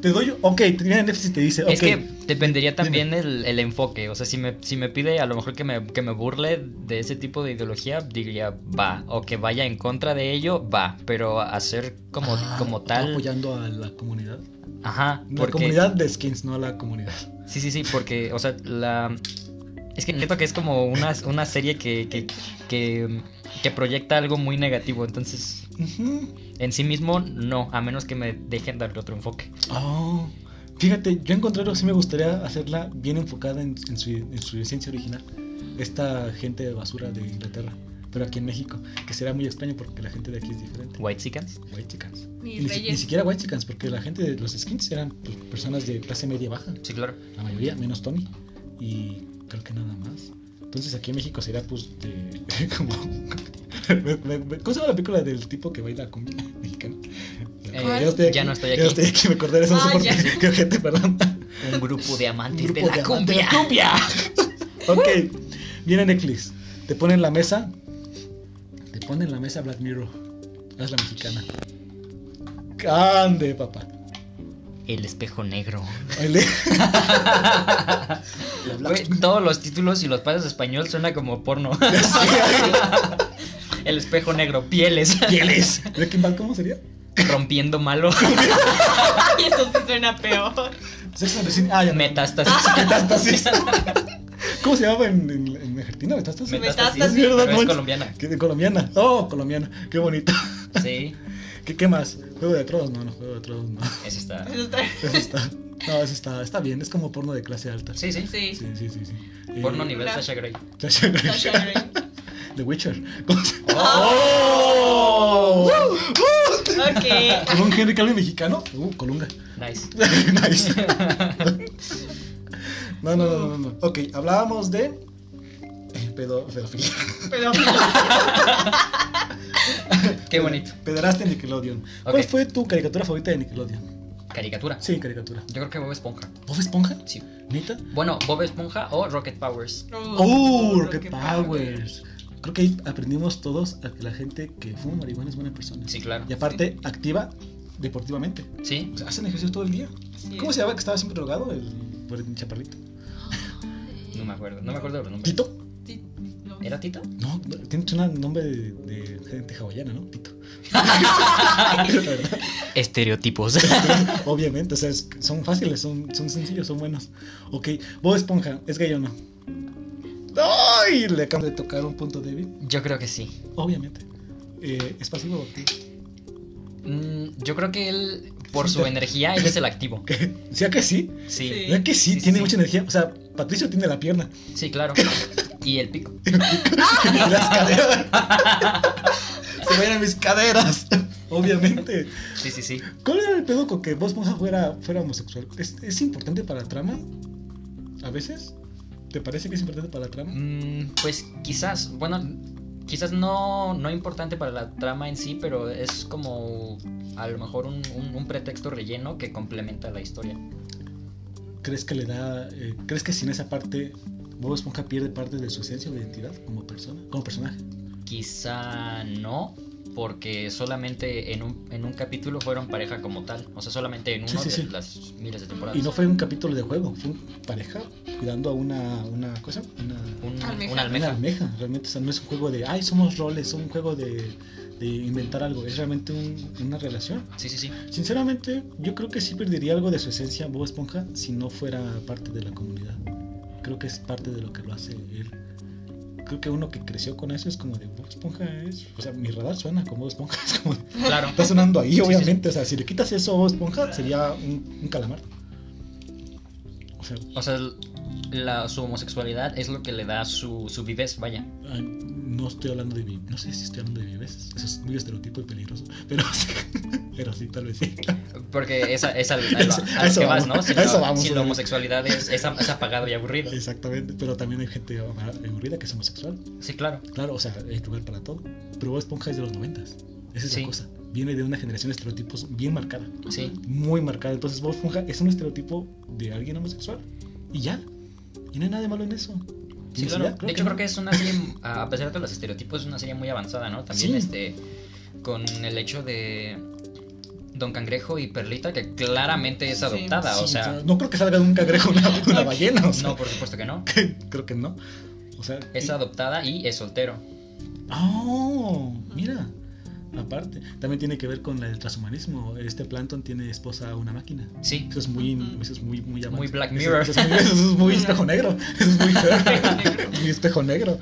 Speaker 2: Te doy. Ok, te viene Netflix y te dice. Ok.
Speaker 3: Es que dependería también el, el enfoque. O sea, si me, si me pide a lo mejor que me, que me burle de ese tipo de ideología, diría va. O que vaya en contra de ello, va. Pero hacer como,
Speaker 2: Ah,
Speaker 3: como
Speaker 2: está
Speaker 3: tal.
Speaker 2: apoyando a la comunidad.
Speaker 3: Ajá.
Speaker 2: La
Speaker 3: Porque,
Speaker 2: comunidad de skins, no a la comunidad.
Speaker 3: Sí, sí, sí, porque, o sea, la. Es que siento que es como una, una serie que, que, que, que proyecta algo muy negativo. Entonces,
Speaker 2: Ujú.
Speaker 3: en sí mismo, no. A menos que me dejen darle otro enfoque.
Speaker 2: Oh, Fíjate, yo en contrario sí me gustaría hacerla bien enfocada en, en su, en su esencia original. Esta gente de basura de Inglaterra, pero aquí en México, que será muy extraño porque la gente de aquí es diferente.
Speaker 3: White Seconds.
Speaker 2: White chickens.
Speaker 4: Ni
Speaker 2: Y Ni, si-
Speaker 4: reyes.
Speaker 2: ni siquiera white chickens, porque la gente de los skins eran pues, personas de clase media baja.
Speaker 3: Sí, claro.
Speaker 2: La mayoría, menos Tony. Y creo que nada más. Entonces aquí en México será pues de... [LAUGHS] como... me- me- me- ¿Cómo se llama la película del tipo que baila [LAUGHS] cumbia mexicana?
Speaker 3: Eh,
Speaker 2: Ya
Speaker 3: ya no estoy
Speaker 2: Ya no
Speaker 3: aquí.
Speaker 2: estoy aquí, me acordé de eso, no sé
Speaker 4: Ah,
Speaker 2: por
Speaker 4: ya.
Speaker 2: qué. Qué gente,
Speaker 3: [LAUGHS]
Speaker 2: perdón.
Speaker 3: Un grupo de amantes
Speaker 2: Un grupo
Speaker 3: de
Speaker 2: de
Speaker 3: la
Speaker 2: amantes de
Speaker 3: cumbia.
Speaker 2: la ok, viene Netflix. Te pone en la mesa... Te pone en la mesa Black Mirror. Haz la mexicana. Cande, papá.
Speaker 3: El espejo negro.
Speaker 2: Oye. [LAUGHS] La Black
Speaker 3: Güey, todos los títulos y los padres español suena como [LAUGHS] porno. El espejo negro, pieles,
Speaker 2: Pieles. Breaking Bad, ¿cómo sería?
Speaker 3: rompiendo malo, [LAUGHS]
Speaker 4: Ay, eso sí suena peor.
Speaker 2: Sexo en the City. Ah, ya no.
Speaker 3: metástasis.
Speaker 2: Metástasis. ¿Cómo se llamaba en, en, en Argentina? Metástasis.
Speaker 4: Metástasis.
Speaker 2: ¿verdad,
Speaker 3: pero es
Speaker 2: Monch?
Speaker 3: colombiana.
Speaker 2: ¿Qué- colombiana. Oh, colombiana. Qué bonito. [LAUGHS]
Speaker 3: Sí,
Speaker 2: ¿Qué, qué más? Juego de Tronos. No, no, Juego de Tronos no. [LAUGHS]
Speaker 3: eso está.
Speaker 4: Eso está-
Speaker 2: Eso está. No, eso está, está bien. Es como porno de clase alta.
Speaker 3: Sí, sí.
Speaker 4: Sí.
Speaker 2: sí, sí. sí, sí. Eh,
Speaker 3: Porno nivel Sasha Grey.
Speaker 2: [LAUGHS] Sasha Grey.
Speaker 4: Sasha Grey.
Speaker 2: [LAUGHS] The Witcher. ¿Cómo se
Speaker 3: ¡Oh!
Speaker 4: Ok.
Speaker 2: ¿Con un Henry Cavill mexicano? Uh, Colunga. [LAUGHS]
Speaker 3: Nice.
Speaker 2: nice. no, no, no, no, no. Ok, hablábamos de eh, pedo, pedofilia.
Speaker 4: Pero
Speaker 3: Qué bonito.
Speaker 2: Pederasta en Eh, Nickelodeon. ¿Cuál
Speaker 3: Ok.
Speaker 2: fue tu caricatura favorita de Nickelodeon?
Speaker 3: Caricatura.
Speaker 2: Sí, caricatura.
Speaker 3: Yo creo que Bob Esponja.
Speaker 2: ¿Bob Esponja?
Speaker 3: Sí.
Speaker 2: ¿Neta?
Speaker 3: Bueno, Bob Esponja o Rocket Powers.
Speaker 2: ¡Oh, Rocket Powers! Creo que ahí aprendimos todos a que la gente que fuma marihuana es buena persona.
Speaker 3: Sí, claro.
Speaker 2: Y aparte, activa deportivamente.
Speaker 3: Sí.
Speaker 2: O sea, hacen ejercicio todo el día.
Speaker 4: Sí.
Speaker 2: ¿Cómo se llama que estaba siempre drogado? El, el chaparrito.
Speaker 3: No me acuerdo. No me acuerdo de los nombres.
Speaker 2: ¿Tito?
Speaker 4: Sí, no.
Speaker 3: ¿Era Tito?
Speaker 2: No, no, tiene un nombre de, de gente hawaiana, ¿no? Tito. [LAUGHS]
Speaker 3: Estereotipos.
Speaker 2: Obviamente, o sea, es- son fáciles, son, son sencillos, son buenos. Ok, Bob Esponja, ¿es gay o no? ¡Ay! Le acabo de tocar un punto débil.
Speaker 3: [LAUGHS] Yo creo que sí.
Speaker 2: Obviamente. Eh, ¿Es pasivo o activo?
Speaker 3: Mm, yo creo que él, por su energía, él es el activo.
Speaker 2: ¿Sí a que sí?
Speaker 3: Sí.
Speaker 4: Sí.
Speaker 2: ¿Verdad que sí?
Speaker 3: sí,
Speaker 2: Tiene
Speaker 3: sí.
Speaker 2: mucha energía. O sea, Patricio tiene la pierna
Speaker 3: [LAUGHS] Sí, claro. Y el pico.
Speaker 2: y las caderas. Se vayan a mis caderas, obviamente.
Speaker 3: Sí, sí, sí.
Speaker 2: ¿Cuál era el pedo con que Bob Esponja fuera, fuera homosexual? ¿Es, es importante para la trama? ¿A veces? ¿Te parece que es importante para la trama?
Speaker 3: Mm, pues quizás, bueno, quizás no, no importante para la trama en sí, pero es como a lo mejor un, un- un pretexto relleno que complementa la historia.
Speaker 2: ¿Crees que le da. eh, ¿Crees que sin esa parte Bob Esponja pierde parte de su esencia o identidad como persona? Como personaje.
Speaker 3: Quizá no, porque solamente en un, en un capítulo fueron pareja como tal. O sea, solamente en uno
Speaker 2: Sí, sí,
Speaker 3: de
Speaker 2: sí.
Speaker 3: las miles de temporadas.
Speaker 2: Y no fue un capítulo de juego, fue una pareja cuidando a una. una cosa, una.
Speaker 3: Un, una
Speaker 4: Almeja.
Speaker 2: Una
Speaker 3: almeja.
Speaker 2: almeja, realmente o sea, no es un juego de, ay, somos roles, es un juego de, de inventar algo, es realmente un- una relación.
Speaker 3: Sí, sí, sí.
Speaker 2: Sinceramente, yo creo que sí perdería algo de su esencia Bob Esponja si no fuera parte de la comunidad. Creo que es parte de lo que lo hace él. Creo que uno que creció con eso es como de Bob Esponja es, o sea, mi radar suena como Bob Esponja, [LAUGHS] es como,
Speaker 3: Claro.
Speaker 2: está sonando ahí,
Speaker 3: sí.
Speaker 2: obviamente, o sea, si le quitas eso a Bob Esponja sería un, un calamar. O sea,
Speaker 3: O sea, la, su homosexualidad es lo que le da su, su vivez, vaya.
Speaker 2: Ay, No estoy hablando de mi. No sé si estoy hablando de viveces. Eso es muy estereotipo y peligroso. Pero [LAUGHS] sí, pero sí tal vez sí.
Speaker 3: Porque esa es al, a lo-
Speaker 2: Eso-
Speaker 3: a
Speaker 2: [LAUGHS]
Speaker 3: lo
Speaker 2: eso
Speaker 3: que vas,
Speaker 2: vamos,
Speaker 3: ¿no? Si,
Speaker 2: a eso vamos,
Speaker 3: la- si la
Speaker 2: obviamente.
Speaker 3: homosexualidad es, es, a- es apagado y aburrido.
Speaker 2: Exactamente. Pero también hay gente aburrida que es homosexual.
Speaker 3: Sí, claro.
Speaker 2: Claro, o sea, hay lugar para todo. Pero Bob Esponja es de los noventas. Esa es
Speaker 3: Sí.
Speaker 2: la cosa. Viene de una generación de estereotipos bien marcada.
Speaker 3: Sí.
Speaker 2: Muy marcada. Entonces Bob Esponja es un estereotipo de alguien homosexual. Y ya. Y no hay nada de malo en eso.
Speaker 3: Sí, claro.
Speaker 2: Felicidad,
Speaker 3: De hecho, creo que es una serie, a a pesar de los estereotipos, es una serie muy avanzada, ¿no? También
Speaker 2: Sí.
Speaker 3: este con el hecho de Don Cangrejo y Perlita, que claramente es
Speaker 4: Sí.
Speaker 3: adoptada,
Speaker 2: Sí,
Speaker 3: o sea,
Speaker 2: no creo que salga de un cangrejo una, una ballena. O sea,
Speaker 3: [LAUGHS] no, por supuesto que no.
Speaker 2: creo que no. O sea,
Speaker 3: Es
Speaker 2: y-
Speaker 3: adoptada y es soltero.
Speaker 2: Oh, mira. Aparte, también tiene que ver con el transhumanismo. Este Planton tiene esposa una máquina.
Speaker 3: Sí.
Speaker 2: Eso es muy,
Speaker 4: Ujú.
Speaker 2: eso es muy, muy,
Speaker 3: Muy
Speaker 2: avance-
Speaker 3: Black
Speaker 2: eso-
Speaker 3: Mirror.
Speaker 2: Eso, es muy- eso es muy espejo negro. Eso es muy, feo. muy espejo negro.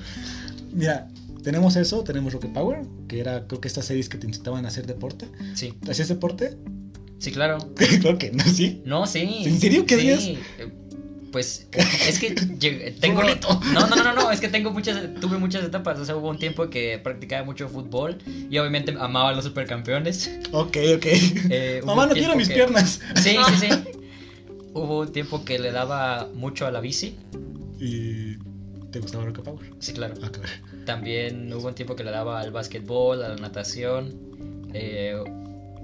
Speaker 2: Mira, tenemos eso, tenemos Rocket Power, que era, creo que estas series que te incitaban a hacer deporte.
Speaker 3: Sí.
Speaker 2: ¿Hacías deporte? [LAUGHS]
Speaker 3: Sí, claro.
Speaker 2: creo que no, sí.
Speaker 3: No, sí.
Speaker 2: ¿En serio? ¿Qué
Speaker 3: Sí.
Speaker 2: hacías?
Speaker 3: Eh, Pues es que lleg- tengo no, no, no, no, no, es que tengo muchas tuve muchas etapas, o sea, hubo un tiempo que practicaba mucho fútbol y obviamente amaba a los supercampeones. [LAUGHS]
Speaker 2: Ok, ok.
Speaker 3: Eh,
Speaker 2: [LAUGHS]
Speaker 3: hubo
Speaker 2: Mamá,
Speaker 3: un
Speaker 2: no quiero
Speaker 3: tiempo
Speaker 2: mis
Speaker 3: que-
Speaker 2: piernas.
Speaker 3: Sí, sí, sí. [LAUGHS] Hubo un tiempo que le daba mucho a la bici.
Speaker 2: Y te gustaba Rocket Power.
Speaker 3: Sí, claro.
Speaker 2: Ah, claro.
Speaker 3: También hubo un tiempo que le daba al básquetbol, a la natación. eh,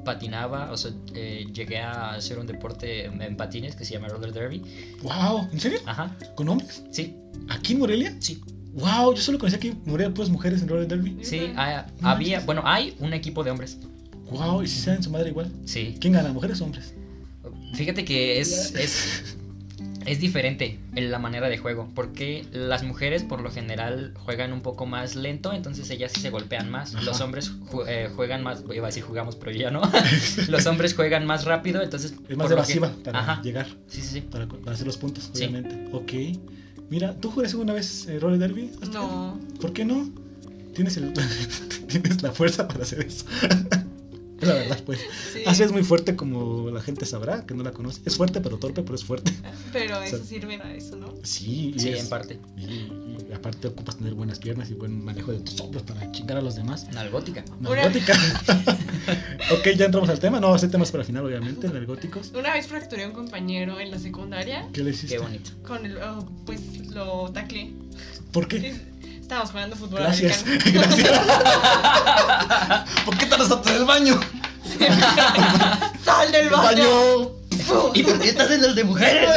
Speaker 3: patinaba, o sea, eh, llegué a hacer un deporte en en patines que se llama roller derby.
Speaker 2: Wow, ¿en serio?
Speaker 3: Ajá,
Speaker 2: ¿Con hombres?
Speaker 3: sí,
Speaker 2: ¿Aquí en Morelia?
Speaker 3: sí,
Speaker 2: Wow, yo solo conocía que morían puras mujeres en roller derby.
Speaker 3: sí. ah, había, bueno, hay un equipo de hombres.
Speaker 2: Wow, y si saben su madre igual.
Speaker 3: Sí.
Speaker 2: ¿Quién gana, mujeres o hombres?
Speaker 3: Fíjate que es, es, es diferente en la manera de juego, porque las mujeres por lo general juegan un poco más lento, entonces ellas sí se golpean más. Los
Speaker 2: Ajá.
Speaker 3: hombres ju- eh, juegan más, iba a decir jugamos, pero
Speaker 2: [LAUGHS]
Speaker 3: ya no. [LAUGHS] Los hombres juegan más rápido, entonces...
Speaker 2: Es
Speaker 3: por
Speaker 2: más
Speaker 3: lo
Speaker 2: evasiva
Speaker 3: que-
Speaker 2: para
Speaker 3: Ajá.
Speaker 2: llegar,
Speaker 3: Sí, sí, sí.
Speaker 2: para, para hacer los puntos,
Speaker 3: Sí.
Speaker 2: obviamente. Ok. Mira, ¿tú jugaste alguna vez eh, roller derby? Azteca?
Speaker 4: No.
Speaker 2: ¿Por qué no? Tienes, el- [LAUGHS] tienes la fuerza para hacer eso. [LAUGHS] la verdad, pues.
Speaker 4: Sí.
Speaker 2: Así es muy fuerte como la gente sabrá, que no la conoce. Es fuerte, pero torpe, pero es fuerte. [LAUGHS]
Speaker 4: Pero
Speaker 2: sea-
Speaker 4: eso sirve para eso, ¿no?
Speaker 2: Sí, y
Speaker 3: Sí,
Speaker 2: es-
Speaker 3: en parte.
Speaker 2: y- y aparte ocupas tener buenas piernas y buen manejo de tus hombros para chingar a los demás.
Speaker 3: Nalgótica.
Speaker 4: [LAUGHS]
Speaker 2: Nargótica. ok, ya entramos al tema. No, va a ser temas para el final, obviamente, nargóticos.
Speaker 4: Una vez fracturé a un compañero en la secundaria
Speaker 2: ¿Qué le hiciste?
Speaker 3: Qué bonito.
Speaker 4: con el. oh, pues lo taclé.
Speaker 2: ¿Por qué?
Speaker 4: Es- Estábamos jugando fútbol
Speaker 2: Gracias.
Speaker 4: americano.
Speaker 2: [LAUGHS]
Speaker 4: [LAUGHS]
Speaker 2: Gracias. ¿Por qué tardas tanto en el baño?
Speaker 4: ¡Sal del
Speaker 2: ¡El
Speaker 4: baño!
Speaker 2: baño!
Speaker 3: ¿Y por qué estás en los de mujeres?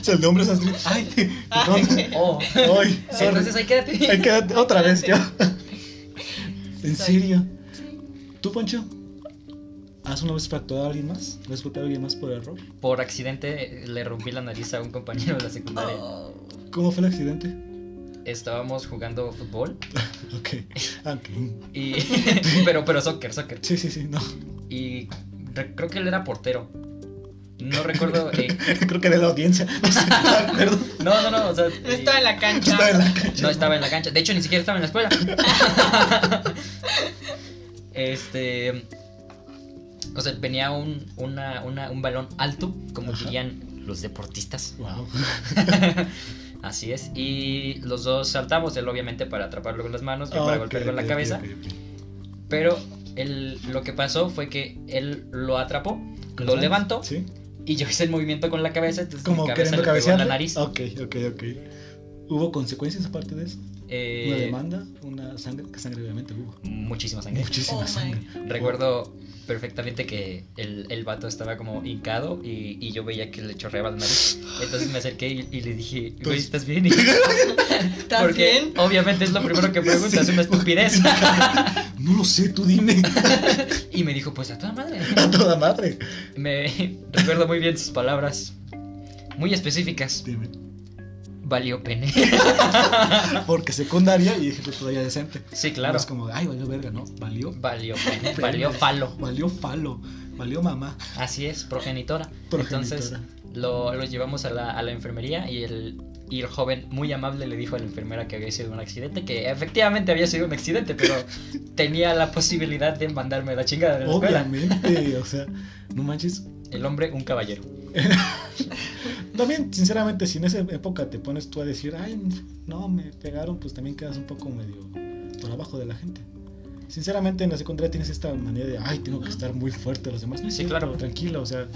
Speaker 2: O sea, el de hombres así. ¡Ay! perdón.
Speaker 3: [LAUGHS] Oh.
Speaker 2: ¡Ay! sorry.
Speaker 3: Entonces ahí quédate.
Speaker 2: Ay, quédate otra vez yo. [LAUGHS] ¿En serio? ¿Tú, Poncho? ¿Has una vez fracturado a alguien más? ¿Le has golpeado a alguien más por error?
Speaker 3: Por accidente le rompí la nariz a un compañero de la secundaria.
Speaker 2: Oh. ¿Cómo fue el accidente?
Speaker 3: Estábamos jugando fútbol
Speaker 2: Ok. Ah, Ok.
Speaker 3: y... [LAUGHS] pero, pero soccer, soccer.
Speaker 2: Sí, sí, sí, no. [LAUGHS]
Speaker 3: y re- creo que él era portero. No recuerdo. eh,
Speaker 2: Creo que de la audiencia. [LAUGHS] No sé, perdón.
Speaker 3: no, no, no. O sea, eh,
Speaker 4: No estaba en la
Speaker 2: Yo estaba en
Speaker 4: cancha.
Speaker 2: la calle.
Speaker 3: no estaba en la cancha. De hecho, ni siquiera estaba en la escuela. [LAUGHS] este. O sea, venía un, una- una- un balón alto, como
Speaker 2: Ajá.
Speaker 3: dirían los deportistas.
Speaker 2: Wow.
Speaker 3: Así es. Y los dos saltamos, él obviamente para atraparlo con las manos, yo para golpear con la cabeza. Pero él- lo que pasó fue que él lo atrapó, lo levantó
Speaker 2: Sí.
Speaker 3: y yo hice el movimiento con la cabeza, entonces
Speaker 2: Como
Speaker 3: mi cabeza
Speaker 2: queriendo
Speaker 3: le pegó en
Speaker 2: cabecear.
Speaker 3: la nariz.
Speaker 2: Ok, ok, ok. ¿Hubo consecuencias aparte de eso?
Speaker 3: Eh,
Speaker 2: ¿Una demanda? ¿Una sangre? ¿Qué sangre obviamente hubo?
Speaker 3: muchísima sangre.
Speaker 2: Muchísima
Speaker 4: Oh my.
Speaker 2: sangre.
Speaker 3: Recuerdo perfectamente que el, el vato estaba como hincado y, y yo veía que le chorreaba la nariz. Entonces me acerqué y, y le dije, güey,
Speaker 2: Pues-
Speaker 3: ¿estás bien? Y-
Speaker 4: ¿Estás
Speaker 3: porque
Speaker 4: bien?
Speaker 3: obviamente es lo primero que preguntas,
Speaker 2: Sí.
Speaker 3: una estupidez.
Speaker 2: [LAUGHS] No lo sé, tú
Speaker 3: [LAUGHS]
Speaker 2: dime.
Speaker 3: y me dijo, pues a toda madre.
Speaker 2: A toda madre.
Speaker 3: Me [LAUGHS] recuerdo muy bien sus palabras. Muy específicas.
Speaker 2: Dime. Ah,
Speaker 3: Valió pene.
Speaker 2: Porque secundaria y dije pues, todavía decente.
Speaker 3: Sí, claro.
Speaker 2: No es como, ay, valió verga, ¿no? Valió.
Speaker 3: Valió [LAUGHS] pene. Valió falo.
Speaker 2: Valió falo. Valió mamá.
Speaker 3: Así es, progenitora. Entonces lo, lo llevamos a la, a la enfermería y el, y el joven muy amable le dijo a la enfermera que había sido un accidente, que efectivamente había sido un accidente,
Speaker 2: [LAUGHS]
Speaker 3: pero tenía la posibilidad de mandarme a la chingada de la escuela.
Speaker 2: Obviamente, o sea, no manches.
Speaker 3: El hombre, un caballero.
Speaker 2: También, sinceramente, si en esa época te pones tú a decir, ay, no, me pegaron, pues también quedas un poco medio por abajo de la gente. Sinceramente, en la secundaria tienes esta manía de, ay, tengo que estar muy fuerte, los demás no es
Speaker 3: Sí,
Speaker 2: cierto,
Speaker 3: claro.
Speaker 2: Tranquilo, o sea,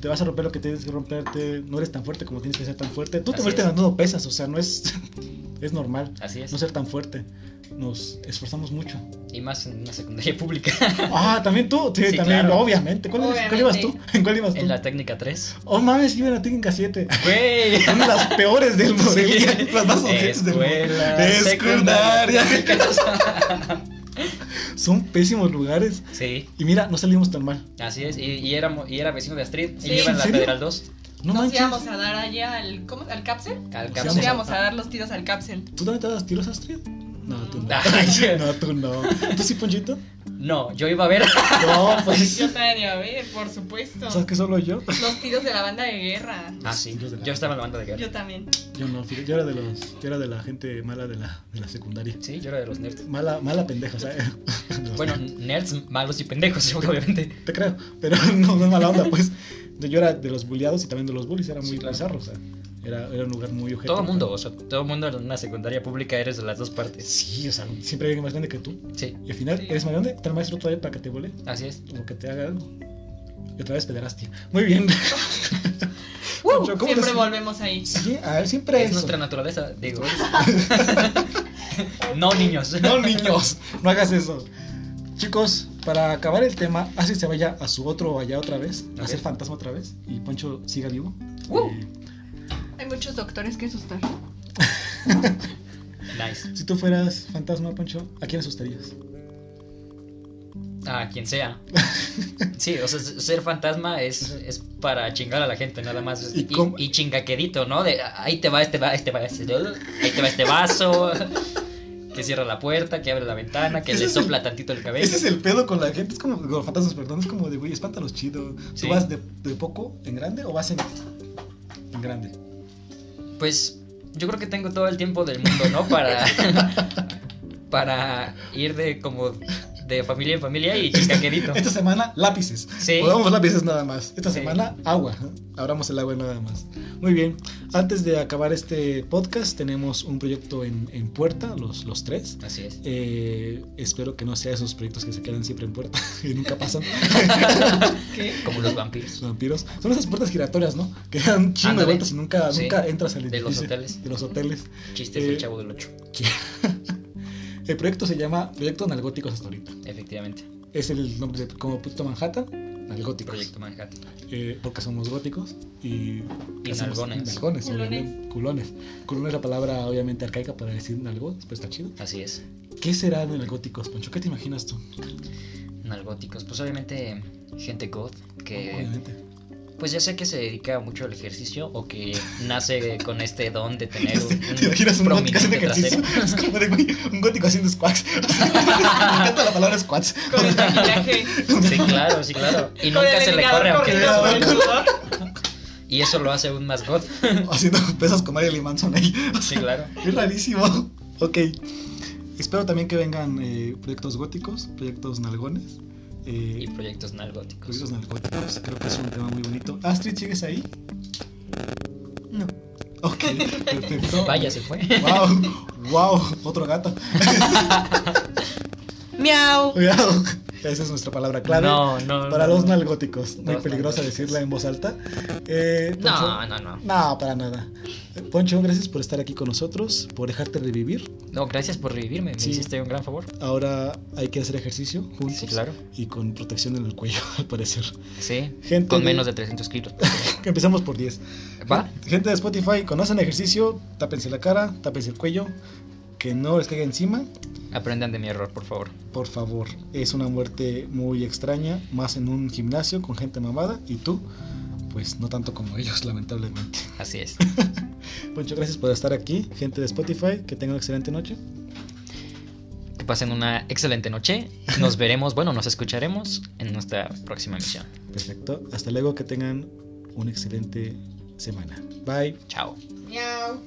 Speaker 2: te vas a romper lo que tienes que romperte, no eres tan fuerte como tienes que ser tan fuerte. Tú te
Speaker 3: Así
Speaker 2: metes
Speaker 3: es.
Speaker 2: dando pesas, o sea, no es, [LAUGHS] es normal
Speaker 3: Así es.
Speaker 2: no ser tan fuerte. Nos esforzamos mucho.
Speaker 3: Y más en una
Speaker 2: [LAUGHS]
Speaker 3: secundaria pública,
Speaker 2: Ah, también tú, sí,
Speaker 3: Sí,
Speaker 2: también,
Speaker 3: claro.
Speaker 2: obviamente. ¿Cuál, eres- cuál
Speaker 4: Obviamente.
Speaker 2: ibas tú? ¿En cuál ibas tú?
Speaker 3: en la técnica
Speaker 2: [LAUGHS]
Speaker 3: 3.
Speaker 2: Oh mames, iba en la técnica 7.
Speaker 3: ¡Güey!
Speaker 2: Son las peores del Morelia.
Speaker 3: Sí.
Speaker 2: [LAUGHS] Las más ojetes del
Speaker 3: Escuela,
Speaker 2: Morelia.
Speaker 3: secundaria.
Speaker 2: Son pésimos lugares.
Speaker 3: Sí,
Speaker 2: Y mira, no salimos tan mal.
Speaker 3: así es. Y, y era, y era vecino de Astrid.
Speaker 4: Sí.
Speaker 3: Y iba en
Speaker 2: ¿En
Speaker 3: la
Speaker 2: serio?
Speaker 3: Federal 2.
Speaker 2: No
Speaker 4: Nos
Speaker 2: manches.
Speaker 4: íbamos a dar allá al. ¿Cómo? ¿Al cápsel?
Speaker 3: Al
Speaker 2: Nos
Speaker 4: Nos
Speaker 3: cápsula.
Speaker 4: íbamos a dar los tiros al cápsel.
Speaker 2: ¿Tú también te das tiros, Astrid? No, tú no.
Speaker 3: [LAUGHS] Ay.
Speaker 2: no, tú no. ¿Tú sí,
Speaker 3: [LAUGHS]
Speaker 2: Ponchito?
Speaker 3: No, yo iba
Speaker 2: [LAUGHS]
Speaker 3: a ver.
Speaker 2: No, pues.
Speaker 4: Yo también iba a ver, por supuesto.
Speaker 2: ¿Sabes que solo yo?
Speaker 4: Los tiros de la banda de guerra.
Speaker 3: Ah, sí.
Speaker 2: Los de la-
Speaker 3: Yo estaba en la banda de guerra.
Speaker 4: Yo también.
Speaker 2: Yo no, fíjate, yo era de los, yo era de la gente mala de la, de la secundaria.
Speaker 3: Sí, yo era de los nerds.
Speaker 2: Mala, mala pendeja, o sea. [LAUGHS]
Speaker 3: Bueno, nerds malos y pendejos, [LAUGHS] obviamente.
Speaker 2: Te creo, pero [LAUGHS] no, no es mala onda, pues. Yo era de los bulleados y también de los bullies, era muy
Speaker 3: Sí, claro.
Speaker 2: bizarro, o sea. Era, era un lugar muy objetivo.
Speaker 3: Todo el mundo, o sea, todo el mundo en una secundaria pública eres de las dos partes.
Speaker 2: Sí, o sea, siempre hay alguien más grande que tú.
Speaker 3: Sí,
Speaker 2: Y al final,
Speaker 4: Sí.
Speaker 2: eres más grande, te el maestro todavía para que te vole,
Speaker 3: así es.
Speaker 2: o que te haga algo. Y otra vez pederastia. Muy
Speaker 3: [LAUGHS]
Speaker 2: bien.
Speaker 4: ¡Uh!
Speaker 2: Yo, ¿cómo
Speaker 4: Siempre
Speaker 2: les-
Speaker 4: volvemos ahí.
Speaker 2: Sí, a ver, siempre
Speaker 3: Es
Speaker 2: eso. [LAUGHS]
Speaker 3: nuestra naturaleza, digo. no, niños.
Speaker 2: No, niños, no hagas eso. Chicos, para acabar el tema, Así se vaya a su otro allá otra vez, a
Speaker 3: Ok.
Speaker 2: ser fantasma otra vez, y Poncho siga vivo.
Speaker 3: Uh.
Speaker 2: Eh,
Speaker 4: Hay muchos doctores que asustar.
Speaker 3: Nice.
Speaker 2: si tú fueras fantasma, Poncho, ¿a quién asustarías?
Speaker 3: A quien sea. Sí, o sea, ser fantasma es, es para chingar a la gente, nada más.
Speaker 2: ¿Y
Speaker 3: Y,
Speaker 2: cómo?
Speaker 3: y chingaquedito, ¿no? De ahí te va este, va, este, va, este, ahí te va este vaso. [LAUGHS] Que cierra la puerta, que abre la ventana, que
Speaker 2: Ese
Speaker 3: le
Speaker 2: es el-
Speaker 3: sopla tantito el cabello.
Speaker 2: Ese es el pedo con la gente, es como, con los fantasmas, perdón, es como de, güey, espántalos chido. ¿Tú
Speaker 3: Sí.
Speaker 2: vas de, de poco en grande o vas en, en grande?
Speaker 3: Pues yo creo que tengo todo el tiempo del mundo, ¿no?
Speaker 2: [LAUGHS]
Speaker 3: Para, para ir de como de familia en familia y
Speaker 2: Este,
Speaker 3: chingaquedito.
Speaker 2: Esta semana, lápices.
Speaker 3: Sí.
Speaker 2: Podamos lápices nada más. Esta
Speaker 3: Sí.
Speaker 2: semana, agua. Abramos el agua nada más. Muy bien. Antes de acabar este podcast, tenemos un proyecto en, en puerta, los, los tres.
Speaker 3: Así es.
Speaker 2: Eh, espero que no sea esos proyectos que se quedan siempre en puerta [LAUGHS] y nunca
Speaker 3: [LAUGHS]
Speaker 2: pasan.
Speaker 4: ¿Qué?
Speaker 3: Como los vampiros.
Speaker 2: Los vampiros. Son esas puertas giratorias, ¿no? Que dan un chingo de
Speaker 3: Ándale.
Speaker 2: vueltas y nunca,
Speaker 3: Sí.
Speaker 2: nunca entras al
Speaker 3: De
Speaker 2: edificio.
Speaker 3: los hoteles.
Speaker 2: De los hoteles.
Speaker 3: Chistes
Speaker 2: Eh,
Speaker 3: del chavo del 8.
Speaker 2: El proyecto se llama Proyecto Analgóticos hasta ahorita.
Speaker 3: Efectivamente.
Speaker 2: Es el nombre de como Proyecto Manhattan, Analgóticos.
Speaker 3: Proyecto Manhattan.
Speaker 2: Eh, porque somos góticos y,
Speaker 3: Y
Speaker 2: hacemos-
Speaker 3: nalgones.
Speaker 2: nalgones,
Speaker 4: Culones.
Speaker 2: obviamente. culones. Culón es la palabra obviamente arcaica para decir nalgón, pero está chido.
Speaker 3: Así es.
Speaker 2: ¿Qué será de góticos, Poncho? ¿Qué te imaginas tú?
Speaker 3: Nargóticos. Pues obviamente gente god que [LAUGHS]
Speaker 2: Obviamente.
Speaker 3: pues ya sea que se dedica mucho al ejercicio o que nace con este don
Speaker 2: [LAUGHS]
Speaker 3: de tener un,
Speaker 2: ¿Te imaginas un gótico haciendo
Speaker 3: prominente
Speaker 2: ejercicio?
Speaker 3: trasero.
Speaker 2: Es como de güey, un gótico haciendo squats. [LAUGHS] Me encanta la palabra squats.
Speaker 4: Con el maquillaje.
Speaker 3: Sí, claro, sí, claro. Y
Speaker 4: Con
Speaker 3: nunca
Speaker 4: el
Speaker 3: se le
Speaker 4: indicador
Speaker 3: corre aunque
Speaker 4: corriendo por el
Speaker 3: esté sudando.
Speaker 4: sudor.
Speaker 3: Y eso lo hace aún más god.
Speaker 2: [LAUGHS] Haciendo pesas con Marilyn Manson ahí. [LAUGHS] O
Speaker 3: Sí,
Speaker 2: sea,
Speaker 3: claro.
Speaker 2: Es rarísimo. Ok. Espero también que vengan eh, proyectos góticos, proyectos nalgones. eh,
Speaker 3: Y proyectos nargóticos.
Speaker 2: Proyectos narcóticos, creo que es un tema muy bonito. Astrid, ¿sigues ahí? Perfecto.
Speaker 3: [LAUGHS] Vaya, se fue.
Speaker 2: Wow, wow, otro gato.
Speaker 4: Miau.
Speaker 2: Cuidado. Esa es nuestra palabra clave.
Speaker 3: No, no,
Speaker 2: Para
Speaker 3: no,
Speaker 2: los
Speaker 3: no.
Speaker 2: nalgóticos. Muy
Speaker 3: Los
Speaker 2: peligrosa
Speaker 3: nalgóticos.
Speaker 2: decirla en voz alta. Eh,
Speaker 3: No,
Speaker 2: Poncho-
Speaker 3: no, no.
Speaker 2: No, para nada. Eh, Poncho, gracias por estar aquí con nosotros, por dejarte revivir.
Speaker 3: No, gracias por revivirme. Me
Speaker 2: Sí.
Speaker 3: hiciste un gran favor.
Speaker 2: Ahora hay que hacer ejercicio juntos.
Speaker 3: Sí, claro.
Speaker 2: Y con protección en el cuello, [LAUGHS] al parecer.
Speaker 3: Sí.
Speaker 2: Gente
Speaker 3: con
Speaker 2: de-
Speaker 3: menos de 300 kilos.
Speaker 2: Empezamos por 10.
Speaker 3: ¿Va?
Speaker 2: Gente de Spotify, conocen ejercicio, tápense la cara, tápense el cuello, que no les caiga encima,
Speaker 3: Aprendan de mi error, por favor.
Speaker 2: por favor. Es una muerte muy extraña, más en un gimnasio con gente mamada y tú, pues no tanto como ellos, [LAUGHS] lamentablemente.
Speaker 3: Así es.
Speaker 2: Muchas gracias por estar aquí, gente de Spotify, que tengan una excelente noche.
Speaker 3: Que pasen una excelente noche. Nos veremos, bueno, nos escucharemos en nuestra próxima emisión.
Speaker 2: Perfecto, hasta luego, que tengan una excelente semana. Bye.
Speaker 3: Chao.
Speaker 4: Miau.